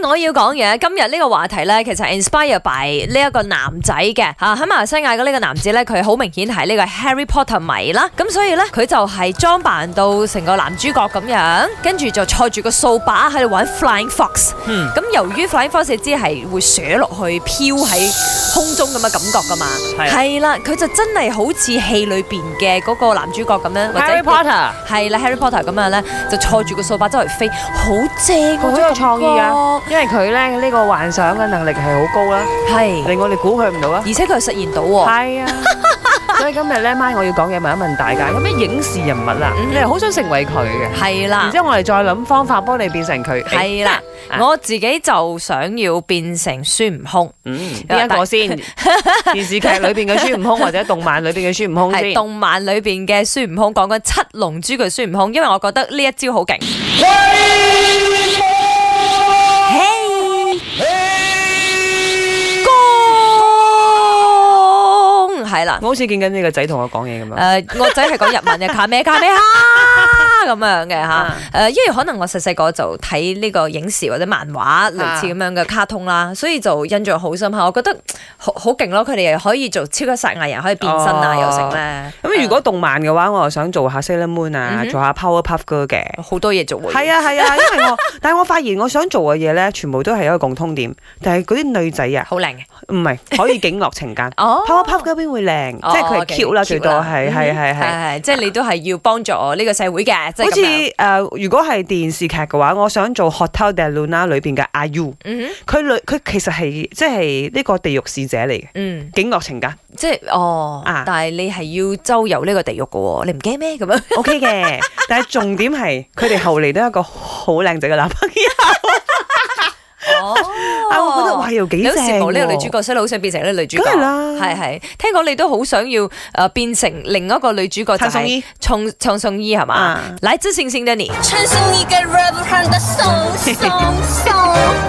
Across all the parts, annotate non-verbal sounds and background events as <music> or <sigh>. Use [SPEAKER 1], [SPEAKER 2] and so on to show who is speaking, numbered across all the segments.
[SPEAKER 1] 我要講嘢，今日呢個話題咧，其實 inspire by 呢一個男仔嘅嚇，喺馬來西亞嘅呢個男子咧，佢好明顯係呢個 Harry Potter 迷啦，咁所以咧佢就係裝扮到成個男主角咁樣，跟住就坐住個掃把喺度玩 Flying Fox。
[SPEAKER 2] 嗯，
[SPEAKER 1] 咁由於 Flying Fox 只係會射落去飄喺空中咁嘅感覺噶嘛，
[SPEAKER 2] 係啊
[SPEAKER 1] 係啦，佢就真係好似戲裏邊嘅嗰個男主角咁樣，或者
[SPEAKER 2] Harry Potter
[SPEAKER 1] 係啦，Harry Potter 咁樣咧，就坐住個掃把周圍飛，好正啊，
[SPEAKER 3] 佢好有創意㗎
[SPEAKER 1] 㗎，，
[SPEAKER 3] 因為佢咧呢個幻想嘅能力係好高啦，
[SPEAKER 1] 係，
[SPEAKER 3] 令我哋估佢唔到啊。
[SPEAKER 1] 而且佢又實現到喎，
[SPEAKER 3] 係啊，
[SPEAKER 1] <laughs>
[SPEAKER 3] 所以今日咧，媽，我要講嘢問一問大家，咁樣影視人物啊，
[SPEAKER 1] 嗯
[SPEAKER 3] 你係好想成為佢嘅，
[SPEAKER 1] 係
[SPEAKER 3] 然
[SPEAKER 1] 啦，
[SPEAKER 3] 之後我哋再諗方法幫你變成佢。
[SPEAKER 1] 係啦，
[SPEAKER 3] 啊
[SPEAKER 1] 我自己就想要變成孫悟空，
[SPEAKER 3] 誒邊一
[SPEAKER 1] <laughs>
[SPEAKER 3] 個先？電視劇裏邊嘅孫悟空或者動漫裏邊嘅孫悟空
[SPEAKER 1] 係
[SPEAKER 3] 先？
[SPEAKER 1] 動漫裏邊嘅孫悟空，講緊七龍珠嘅孫悟空，因為我覺得呢一招好勁。嘿公係啦，
[SPEAKER 3] 我好似見緊你個仔同我講嘢咁啊
[SPEAKER 1] 誒、
[SPEAKER 3] 樣。
[SPEAKER 1] 呃我仔係講日文嘅，卡咩卡咩哈咁樣嘅嚇。誒、呃
[SPEAKER 3] 啊
[SPEAKER 1] 因為可能我細細個就睇呢個影視或者漫畫類似咁樣嘅卡通
[SPEAKER 3] 啊
[SPEAKER 1] 啦，所以就印象好深刻。我覺得好好勁咯，佢哋又可以做超級撒亞人，可以變身啊，
[SPEAKER 3] 哦
[SPEAKER 1] 又成咧。
[SPEAKER 3] 咁如果動漫嘅話，我又想做下 Sailor Moon 啊
[SPEAKER 1] 嗯，哼
[SPEAKER 3] 做下 Powerpuff Girl 嘅。
[SPEAKER 1] 好多嘢做喎。
[SPEAKER 3] 係啊係啊，因為我， <laughs> 但係我發現我想做嘅嘢咧，全部都係有一個共通點，但係嗰啲女仔啊，
[SPEAKER 1] 好靚嘅。
[SPEAKER 3] 唔係可以景樂情間
[SPEAKER 1] <laughs> 哦
[SPEAKER 3] ，Powerpuff 嗰邊會靚，
[SPEAKER 1] 哦
[SPEAKER 3] 即係佢係
[SPEAKER 1] OK，
[SPEAKER 3] cute 啦，最多
[SPEAKER 1] 啦
[SPEAKER 3] 係
[SPEAKER 1] 嗯
[SPEAKER 3] 係係係。
[SPEAKER 1] 係，即係你都係要幫助呢個社會嘅，即係
[SPEAKER 3] 好
[SPEAKER 1] 咁
[SPEAKER 3] 似
[SPEAKER 1] 樣
[SPEAKER 3] 誒、呃如果係電視劇嘅話，我想做《Hotel de Luna》裏邊嘅阿 U，
[SPEAKER 1] 嗯哼
[SPEAKER 3] 佢女佢其實係即係呢個地獄使者嚟嘅，
[SPEAKER 1] 嗯，
[SPEAKER 3] 景樂情間
[SPEAKER 1] 即係哦
[SPEAKER 3] 啊，
[SPEAKER 1] 但係你係要周遊呢個地獄嘅喎，你唔驚咩咁樣？<laughs>
[SPEAKER 3] OK 嘅，但係重點係佢哋後嚟都有一個好靚仔嘅男朋友，
[SPEAKER 1] 哦，
[SPEAKER 3] 啊我覺得哇又幾
[SPEAKER 1] 你好
[SPEAKER 3] 正
[SPEAKER 1] 羨慕呢個女主
[SPEAKER 3] 喎，
[SPEAKER 1] 角，所以你好想變成呢個女主角。
[SPEAKER 3] 梗係啦
[SPEAKER 1] 係係。聽講你都好想要誒變成另一個女主角，就
[SPEAKER 3] <laughs> 陳宋
[SPEAKER 1] 係
[SPEAKER 3] 依
[SPEAKER 1] 宋宋宋依係嘛
[SPEAKER 3] 啊？
[SPEAKER 1] 來自星星的你， <laughs>
[SPEAKER 4] 穿送一个 rubber 上的松松松，内容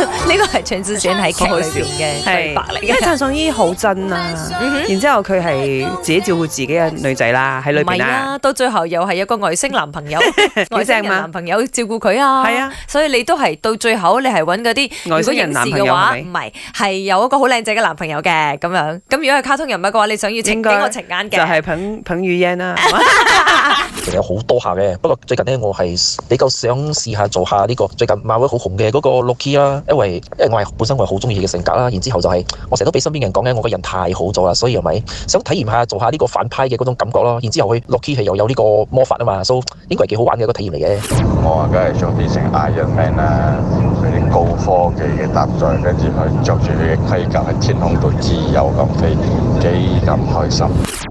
[SPEAKER 1] 呢個係陳志賢喺劇裏邊嘅對白嚟 <laughs>
[SPEAKER 3] 因為
[SPEAKER 1] 嘅。嗯
[SPEAKER 3] 陳宋依好真啊，然之後佢係自己照顧自己嘅女仔啦，喺裏
[SPEAKER 1] 唔
[SPEAKER 3] 邊
[SPEAKER 1] 係
[SPEAKER 3] 啦，
[SPEAKER 1] 啊，到最後又係有個外星男
[SPEAKER 3] <laughs>
[SPEAKER 1] 朋友，外星人
[SPEAKER 3] 嘛
[SPEAKER 1] 男朋友照顧佢啊。
[SPEAKER 3] 啊係啊，
[SPEAKER 1] 所以你都係到最後你係揾嗰啲
[SPEAKER 3] 外星人男朋友
[SPEAKER 1] 如果影
[SPEAKER 3] 係
[SPEAKER 1] 視嘅話，唔係係有一個好靚仔嘅男朋友嘅咁樣。咁如果係卡通人物嘅話，你想要情景
[SPEAKER 3] 應該
[SPEAKER 1] 我情眼嘅，
[SPEAKER 3] 就係彭彭于晏啊啦。
[SPEAKER 5] 其實有好多下嘅，不過最近呢，我係比較想試下做下呢、個最近漫威好紅嘅嗰個 Loki 啦，因為因為我係本身我係好中意嘅性格啦，然之後就係、我成日都俾身邊人講咧，我個人太好咗啦，所以係咪想體驗下做下呢個反派嘅嗰種感覺咯？然之後佢 Loki 係又有呢個魔法啊嘛，所以應該係幾好玩嘅一個體驗嚟嘅。
[SPEAKER 6] 我啊，梗係想變成 Iron Man 啦，佢啲高科技嘅搭載，跟住佢着住佢嘅盔甲喺天空度自由咁飛，幾咁開心。